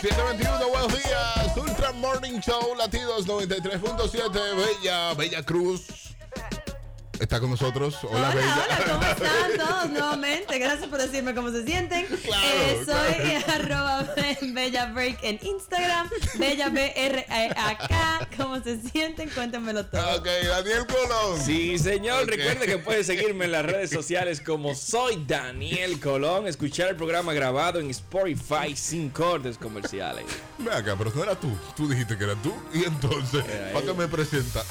721, buenos días. Ultra Morning Show, latidos 93.7, Bella, Bella Cruz. Está con nosotros. Hola, Hola, Bella. hola, ¿cómo están todos? Nuevamente, gracias por decirme cómo se sienten. Claro, Eh, soy claro. arroba Bella Break en Instagram, Bella B R acá. ¿Cómo se sienten? Cuéntenmelo todo. Ok, Daniel Colón. Sí, señor. Ok. Recuerde que puede seguirme en las redes sociales como soy Daniel Colón. Escuchar el programa grabado en Spotify sin cortes comerciales. Ve acá, pero no era tú. Tú dijiste que era tú. Y entonces, Era ¿para qué él. me presenta?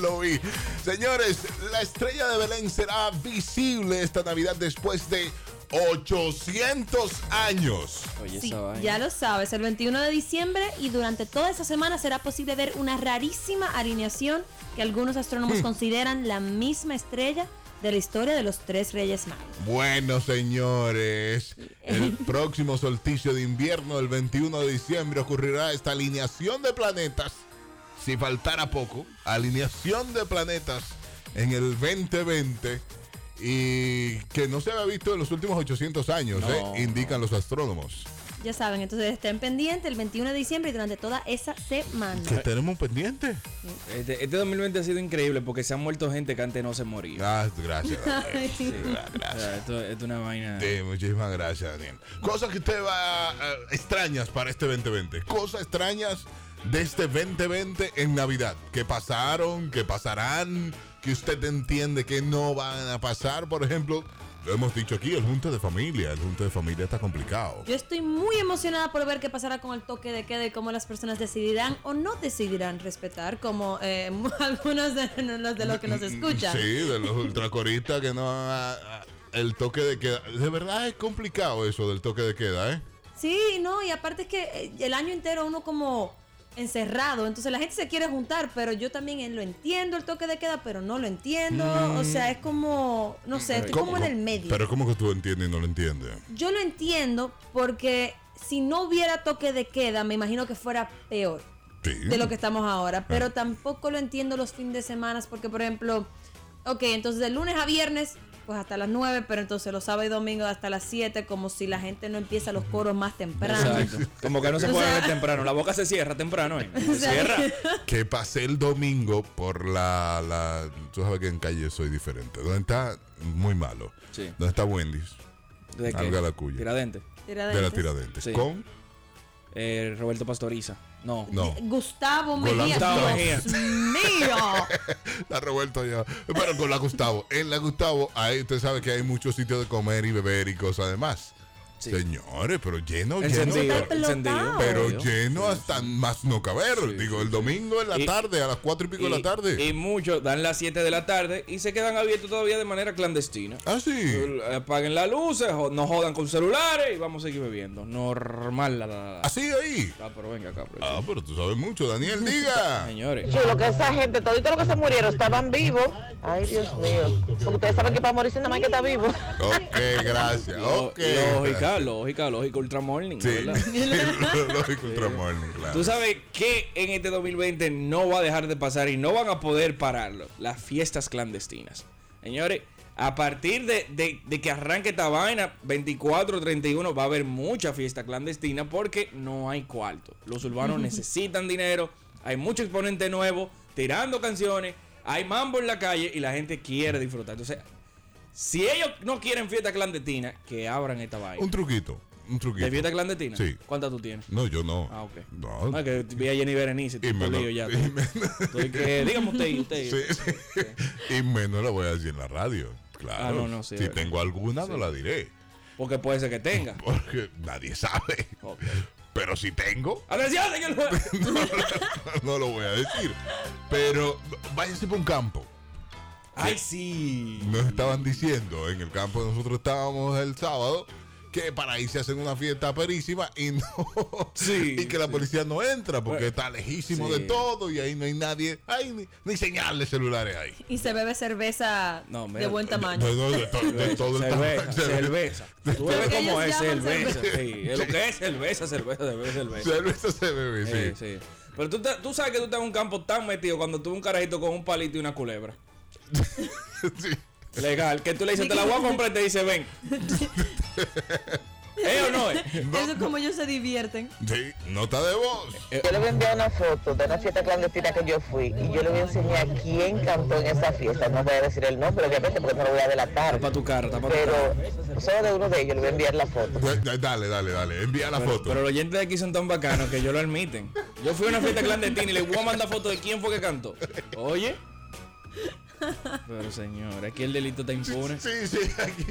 Lo vi. Señores, la estrella de Belén será visible esta Navidad después de 800 años. Oye, Sí, esa vaina. ya lo sabes, el 21 de diciembre y durante toda esa semana será posible ver una rarísima alineación que algunos Hmm. astrónomos consideran la misma estrella de la historia de los tres reyes magos. Bueno, señores, el próximo solsticio de invierno el 21 de diciembre ocurrirá esta alineación de planetas. Si faltara poco, alineación de planetas en el 2020 y que no se había visto en los últimos 800 años, No, eh, no. indican los astrónomos. Ya saben, entonces estén pendientes el 21 de diciembre y durante toda esa semana. Que tenemos un pendiente. Este, este 2020 ha sido increíble porque se han muerto gente que antes no se moría. Ah, gracias. Daniel. Ay. Sí, O gracias. sea, esto, esto es una vaina. Sí, muchísimas gracias, Daniel. Cosas que usted va eh, extrañas para este 2020. Cosas extrañas de este 2020 en Navidad. Que pasaron, que pasarán, que usted entiende que no van a pasar. Por ejemplo, lo hemos dicho aquí, el junte de familia. El junte de familia está complicado. Yo estoy muy emocionada por ver qué pasará con el toque de queda y cómo las personas decidirán o no decidirán respetar, como eh, algunos de los, de los que nos escuchan. Sí, de los ultracoristas que no... van a- a- el toque de queda. De verdad es complicado eso del toque de queda, ¿eh? Sí, no, y aparte es que eh, el año entero uno como encerrado, entonces la gente se quiere juntar, pero yo también eh, lo entiendo el toque de queda, pero no lo entiendo, o sea, es como, no sé, estoy como en el medio. Mm. Pero ¿cómo que tú entiendes y no lo entiendes? Yo lo entiendo porque si no hubiera toque de queda, me imagino que fuera peor Sí. de lo que estamos Ah. ahora. Pero tampoco lo entiendo los fines de semana porque, por ejemplo, ok, entonces de lunes a viernes, pues hasta las 9, pero entonces los sábados y domingos hasta las 7, como si la gente no empieza los coros más temprano. Exacto. Como que no se O puede sea- ver temprano. La boca se cierra temprano. ¿eh? Se O sea, cierra. que pasé el domingo por la, la- Tú sabes que en calle soy diferente. Donde está muy malo. Sí. Donde está Wendy's. ¿De qué? Alga la cuya. Tiradentes. De la Tiradentes. Tiradentes. Sí. Con. Eh, Roberto Pastoriza. No. No. Gustavo Gustavo Mejía. Gustavo Dios mío. La revuelto ya. Pero con la Gustavo. En la Gustavo, ahí usted sabe que hay muchos sitios de comer y beber y cosas además. Sí. Señores, pero lleno, lleno. Encendido. Está pelotado. encendido. Pero Obvio. lleno hasta más no caber. Digo, el domingo en la Y- tarde, a las cuatro y pico de la tarde. Y muchos dan las 7 de la tarde y se quedan abiertos todavía de manera clandestina. ah, sí. Eh, Apaguen las luces, jo- no jodan con celulares y vamos a seguir bebiendo. Normal la, la, la. Así ahí. Ah, pero venga acá, pero- Ah, pero tú sabes mucho, Daniel. Diga. Señores. Chulo, que esa gente, todito los que se murieron estaban vivos. Ay, Dios mío. Porque ustedes saben que para morirse nada más que está vivo. Ok, gracias. lo- Ok. Lógica, lógica, lógica, ultra morning. Sí, ¿verdad? lógico, ultra morning, claro. Tú sabes que en este 2020 no va a dejar de pasar y no van a poder pararlo. Las fiestas clandestinas. Señores, a partir de, de- de que arranque esta vaina, 24, 31, va a haber mucha fiesta clandestina porque no hay cuarto. Los urbanos necesitan dinero, hay mucho exponente nuevo, tirando canciones, hay mambo en la calle y la gente quiere disfrutar. Entonces, si ellos no quieren fiesta clandestina, que abran esta Un vaina. truquito, un truquito. ¿De fiesta clandestina? Sí. ¿Cuánta tú tienes? No, yo no. Ah, ok. No. Ah, que vi a Jenny Berenice, Y tú me tú lo- lío ya. y me- Estoy que, dígame usted, usted. Sí, sí. Y menos la voy a decir en la radio. Claro. Ah, no, no, sí, si verdad. tengo alguna, no la diré. Porque puede ser que tenga. Porque nadie sabe. Ok. Pero si tengo, ¡Atención, señor juez! no, lo- no lo voy a decir. Pero váyanse por un campo. ¡Ay, sí! Nos estaban diciendo en el campo, nosotros estábamos el sábado, que para ahí se hacen una fiesta perísima y no. Sí, y que la sí. policía no entra porque Bueno, está lejísimo sí. de todo y ahí no hay nadie. Ahí ni, ni señal de celulares ahí. Y se bebe cerveza No, mira, de buen tamaño. Bueno, de, to- de todo el cerveza, tamaño. cerveza. Tú Lo ves que cómo ellos es llaman cerveza. cerveza. Sí, es lo que es cerveza, cerveza, cerveza, cerveza. Cerveza se bebe, sí. Eh, sí. Pero tú, te- tú sabes que tú estás en un campo tan metido cuando tuve un carajito con un palito y una culebra. Sí. Legal, que tú le dices, te la voy a comprar y te dice, ven. ¿Eh o no es? Eso es como ellos se divierten. Sí, nota de voz. Yo le voy a enviar una foto de una fiesta clandestina que yo fui y yo le voy a enseñar quién cantó en esa fiesta. No voy a decir el nombre, obviamente, porque no lo voy a delatar. Tapa tu cara, tapa tu cara. Pero solo de uno de ellos le voy a enviar la foto. Pues, da- Dale, dale, dale. Envía la Pero, foto. pero los oyentes de aquí son tan bacanos que ellos lo admiten. Yo fui a una fiesta clandestina y le voy a mandar foto de quién fue que cantó. Oye. Pero señor, aquí el delito está impune. Sí, sí, aquí,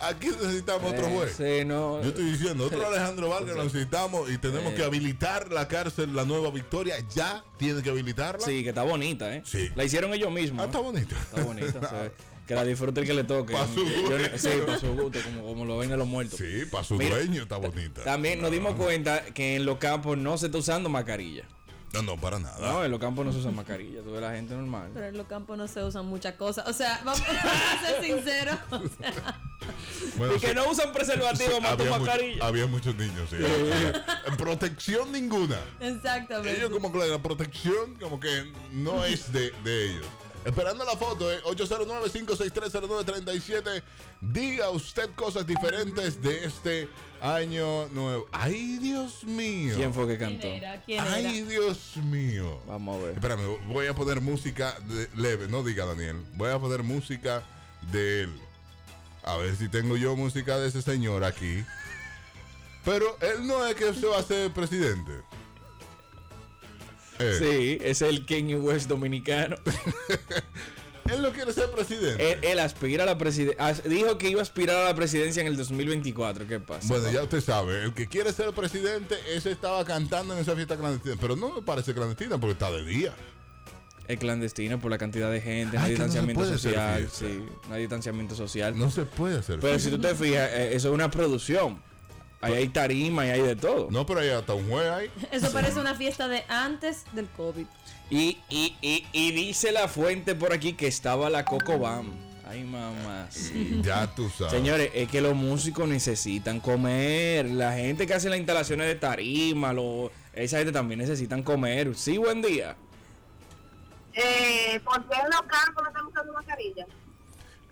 aquí necesitamos Eh, otro juez. Ese no. Yo estoy diciendo, otro Alejandro Vargas lo necesitamos y tenemos Eh. que habilitar la cárcel, la nueva victoria. Ya tiene que habilitarla. Sí, que está bonita, ¿eh? Sí. La hicieron ellos mismos. Ah, ¿eh? está bonito. Está bonita. o sea, que la disfrute el que le toque. Pa' su Yo- gusto. sí, para su gusto, como, como lo ven a los muertos. Sí, para su Mira, dueño está bonita. También nos dimos cuenta que en los campos no se está usando mascarilla. No, no, para nada. No, en los campos no se usa mascarilla, tú ves la gente normal. Pero en los campos no se usan muchas cosas. O sea, vamos a ser sinceros. O sea, Bueno, Y que sí, no usan preservativo, más tu había, mucho- mascarilla. había muchos niños, sí. En protección ninguna. exactamente. Ellos como que la protección como que no es de, de ellos. Esperando la foto, eh, 809-56309-37. Diga usted cosas diferentes de este año nuevo. ¡Ay, Dios mío! ¿Quién fue que ¿Quién cantó? era? ¿Quién era? ¡Ay, Dios mío! Vamos a ver. Espérame, voy a poner música de- leve, no diga Daniel. Voy a poner música de él. A ver si tengo yo música de ese señor aquí. Pero él no es que se va a ser presidente. Eh, Sí, es el Kenny West dominicano. Él no quiere ser presidente. él, él aspira a la presidencia. Dijo que iba a aspirar a la presidencia en el 2024. ¿Qué pasa? bueno, ya usted sabe, el que quiere ser presidente, ese estaba cantando en esa fiesta clandestina. Pero no me parece clandestina porque está de día. Es clandestino por la cantidad de gente, Ay, no hay que no se distanciamiento puede hacer social. fiesta. Sí, no hay distanciamiento social. No se puede hacer. Pero si fiesta. tú te fijas, eh, eso es una producción. Ahí hay tarima y hay de todo. No, pero hay hasta un juez ahí. Eso parece una fiesta de antes del COVID. Y, y, y, y dice la fuente por aquí que estaba la Coco Bam. Ay, mamá. Ya tú sabes. Señores, es que los músicos necesitan comer. La gente que hace las instalaciones de tarima, lo- esa gente también necesitan comer. Sí, buen día. Eh, ¿Por qué en los campos no están usando mascarilla?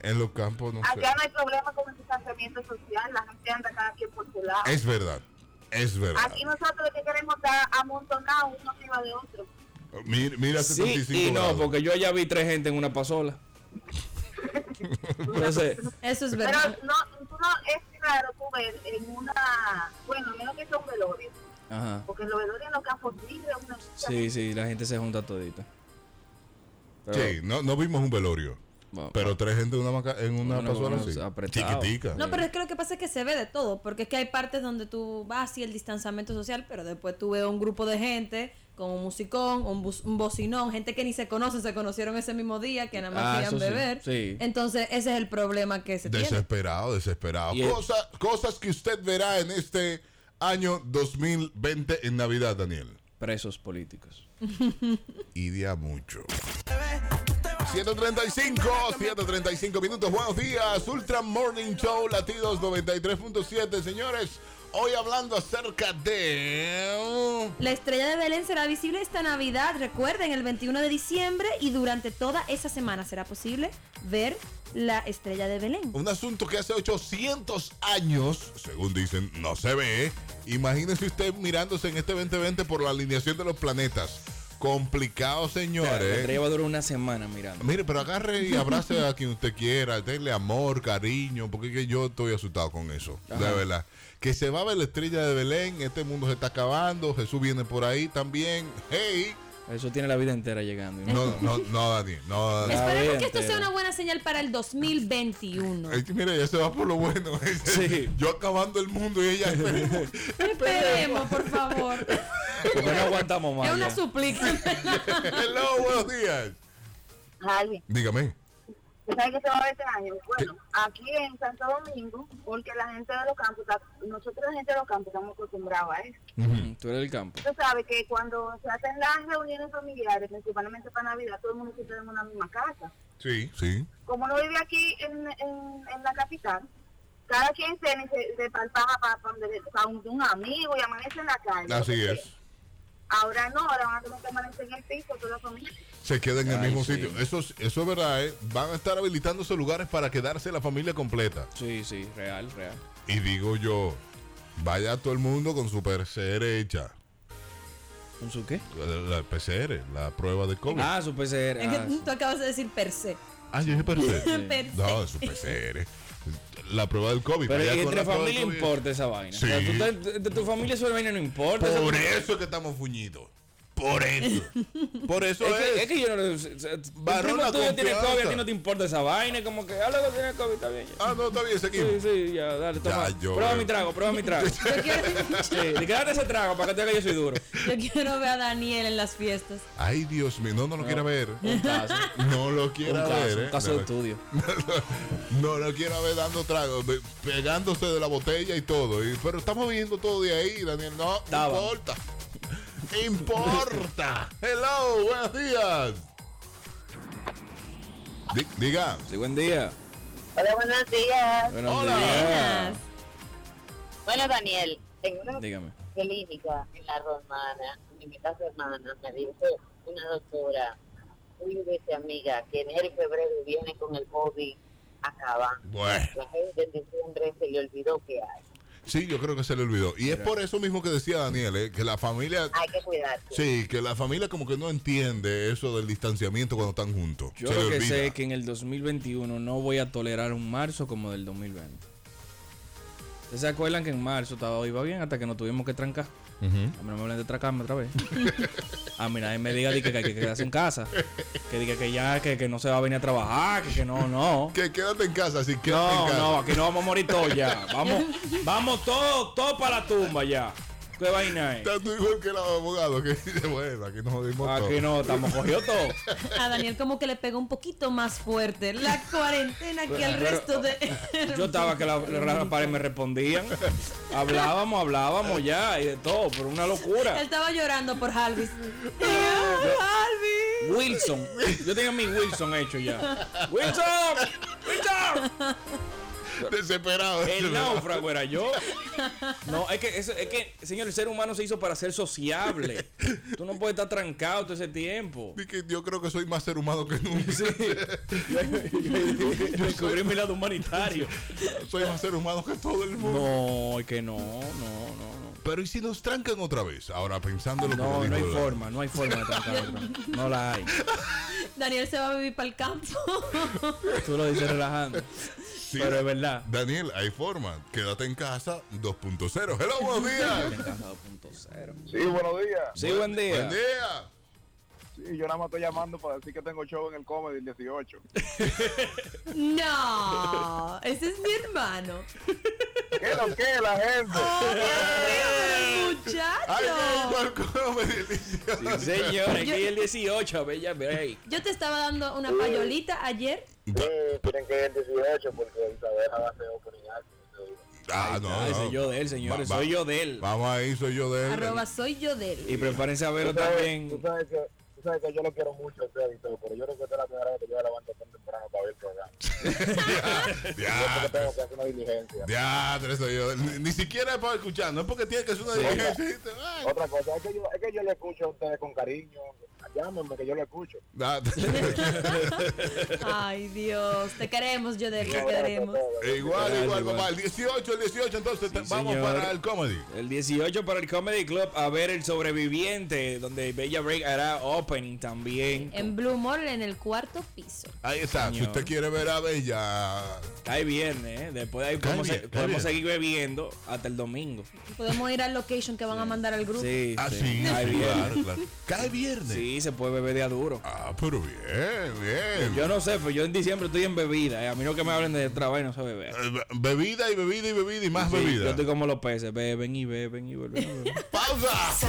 En los campos no sé. Allá no hay problema con el distanciamiento social, la gente anda cada quien por su lado. Es verdad, es verdad. Aquí nosotros que queremos estar amontonados uno arriba de otro. Mira, mira Sí 75 y no, grados. porque yo ya vi tres gente en una pasola. Entonces, Eso es Pero verdad. no, tú no es raro tú ver en una, bueno, a menos que sea un velorio, ajá. porque los velorios en los campos libres, una Sí, sí, la gente se junta todita. Pero- Sí, no, no vimos un velorio. Bueno, Pero tres gente en una, maca- en una Bueno, pasola bueno, así. apretado. Chiquitica. No, pero es que lo que pasa es que se ve de todo, porque es que hay partes donde tú vas y el distanciamiento social, pero después tú ves un grupo de gente con un musicón, un, bus- un bocinón, gente que ni se conoce, se conocieron ese mismo día, que nada más Ah, eso querían sí, beber. sí. Entonces, ese es el problema que se tiene. Desesperado, desesperado. Y el- Cosa- cosas que usted verá en este año 2020 en Navidad, Daniel. presos políticos. Y día mucho. 135, 135 minutos. Buenos días, Ultra Morning Show, latidos 93.7. Señores, hoy hablando acerca de. La estrella de Belén será visible esta Navidad, recuerden, el 21 de diciembre y durante toda esa semana será posible ver la estrella de Belén. Un asunto que hace 800 años, según dicen, no se ve. Imagínese usted mirándose en este 2020 por la alineación de los planetas. Complicado, La estrella señores. va a durar una semana mirando. Mire, pero agarre y abrace a quien usted quiera, denle amor, cariño, porque es que yo estoy asustado con eso, Ajá. de verdad. Que se va a ver la estrella de Belén, este mundo se está acabando, Jesús viene por ahí también. ¡Hey! Eso tiene la vida entera llegando. y No, no, no, Dani, no, Dani. Está Esperemos bien, que esto Tere. sea una buena señal para el 2021. Ay, Mira, ya se va por lo bueno. Sí. Yo acabando el mundo y ella. Esperemos, por favor. Porque no aguantamos más. Es una ya. suplica. Hello, buenos días. Javi, Dígame. ¿tú ¿sabes qué se va a ver este año? Bueno, aquí en Santo Domingo, porque la gente de los campos, está- nosotros la gente de los campos estamos acostumbrados a eso. Ujú, Tú eres el campo. Tú sabes que cuando se hacen las reuniones familiares, principalmente para Navidad, todo el mundo se queda en una misma casa. Sí. Sí. Como no vive aquí en, en, en la capital, cada quien se, se, se palpaja para, un, un amigo y amanece en la calle. Así es. Ahora no, ahora van a tener que amanecer en el piso toda la familia. Se queda en el Ay, mismo sí. sitio. Eso, es- eso es verdad, ¿eh? Van a estar habilitándose lugares para quedarse la familia completa. Sí, sí, real, real. Y digo yo, Vaya todo el mundo con su PCR hecha. ¿Con su qué? La, la PCR, la prueba de COVID. Ah, su PCR. Es que ah, tú- tú acabas de decir per se. Ah, yo dije PCR. Per se. no, es su PCR. La prueba del COVID. Pero Vaya es que con la entre prueba familia del COVID. importa esa vaina. Sí. O sea, tú te- de, de tu familia esa vaina no importa. Esa- Por eso es que estamos fuñidos. Por eso. Por eso es, es. que, es que yo no lo. o sea, Tu Varón, primo la tuyo tiene confianza. COVID, a ti no te importa esa vaina. Como que, ah, luego tiene COVID, está bien. ya. Ah, no, está bien, seguimos. Sí, sí, ya, dale, toma. Ya, yo- eh. prueba mi trago, prueba mi trago. sí, Yo quiero, quédate ese trago para que te vea que yo soy duro. yo quiero ver a Daniel en las fiestas. Ay, Dios mío, no, no lo quiera ver. Un caso, No lo un quiera ver. caso, eh. un caso de estudio. No lo quiera ver dando tragos, de- pegándose de la botella y todo. y- pero estamos viendo todo de ahí, Daniel. No, no Estaba. importa. importa. Hello, buenos días. Di- diga. Sí, buen día. Hola, buenos días. Buenos Hola. días. Bueno, Daniel, en una Dígame. clínica en la romana, en mi casa hermana, me dijo una doctora, cuídese amiga, que enero y febrero viene con el COVID acabando. Bueno. La gente en diciembre se le olvidó que hay. Sí, yo creo que se le olvidó. Y es por eso mismo que decía Daniel, eh, que la familia... Hay que cuidarse. Sí, que la familia como que no entiende eso del distanciamiento cuando están juntos. Yo Se lo le que sé olvida. es que en el 2021 no voy a tolerar un marzo como del 2020. ¿Ustedes se acuerdan que en marzo todo iba bien hasta que nos tuvimos que trancar? A mí no me hablen de trancarme otra vez. A mí nadie me diga di que, que hay que quedarse en casa. Que diga que ya, que, que no se va a venir a trabajar, que, que no, no. Que quédate en casa, si quédate en No, casa. no, aquí no vamos a morir todos ya. Vamos, vamos todos, todos para la tumba ya. ¿Qué vaina es? Tanto igual que el abogado que dice, bueno, aquí nos jodimos Aquí todos. no, estamos cogidos todos. A Daniel como que le pegó un poquito más fuerte la cuarentena que al Pero- resto de... Yo estaba que la- las paredes me respondían. Hablábamos, hablábamos ya y de todo, pero una Él locura. estaba llorando por Halvis. ¡Ah, Halvis! Wilson, yo tenía mi Wilson hecho ya. ¡Wilson! ¡Wilson! Desesperado. El desesperado. náufrago era yo. No, es que, eso- es que, señor, el ser humano se hizo para ser sociable. Tú no puedes estar trancado todo ese tiempo. Di que yo creo que soy más ser humano que nunca. Sí. Descubrí mi lado humanitario. Soy más ser humano que todo el mundo. No, es que no, no, no, no. Pero ¿y si nos trancan otra vez? Ahora pensándolo como No, no dijo hay la- forma, no hay forma de trancar otra. No la hay. Daniel se va a vivir para el campo. Tú lo dices relajando. Sí. Pero es verdad. Daniel, hay forma. Quédate en casa 2.0. Hello, buenos días. Sí, buenos días. Sí, buen día. Buen día. Sí, yo nada más estoy llamando para decir que tengo show en el Comedy el 18. No, ese es mi hermano. ¿Qué lo que la gente? ¡Oh, Dios mío, pero Ay, no, muchacho! Marco, no me delicia. Sí, señor, aquí el 18, bella, bella. Ey, Yo te estaba dando una payolita ayer. Sí, tienen que ir el 18 porque Isabel va a ser opening act. Ah, no, ay, no. soy yo de él, señores, Va- va- soy yo de él. Vamos ahí, soy yo de él. Arroba soy yo de él. Y prepárense a verlo Tú sabes, tú también. sabes que, tú sabes que yo lo quiero mucho a usted y todo, pero yo creo que esta es la primera vez que yo me levanto tan temprano para ver el programa. Porque Ya, tengo que hacer una diligencia. ya, soy yo. Ni, ni siquiera es para escuchar, no es porque tiene que ser una diligencia. ¿viste? Ay, Otra cosa es que yo, es que yo le escucho a ustedes con cariño. Llámenme que yo lo escucho. da- Ay, Dios. Te queremos, yo de él, te Yo agradezco queremos. a todos. igual, Gracias, igual, igual. papá. El 18, el 18, entonces te- vamos señor. para el comedy. El 18 para el Comedy Club a ver el sobreviviente, donde Bella Break hará opening también. En Blue Mall, en el cuarto piso. Ahí está, si Señor. usted quiere ver a Bella. Cae viernes, ¿eh? Después de ahí Cae podemos, bien, se- cae podemos bien. seguir bebiendo hasta el domingo. Ah, Podemos ir al location que van a mandar al grupo. Sí, Ah, sí, sí. Cae sí, viernes. claro, claro. Cae viernes. Sí, se puede beber de a duro. Ah, pero bien, bien. Yo no sé, pero yo en diciembre estoy en bebida. ¿eh? A mí no que me hablen de trabajo y no sé beber. Eh, be- Bebida y bebida y bebida y más Sí, Yo bebida. estoy como los peces, beben y beben y vuelven. ¡Pausa!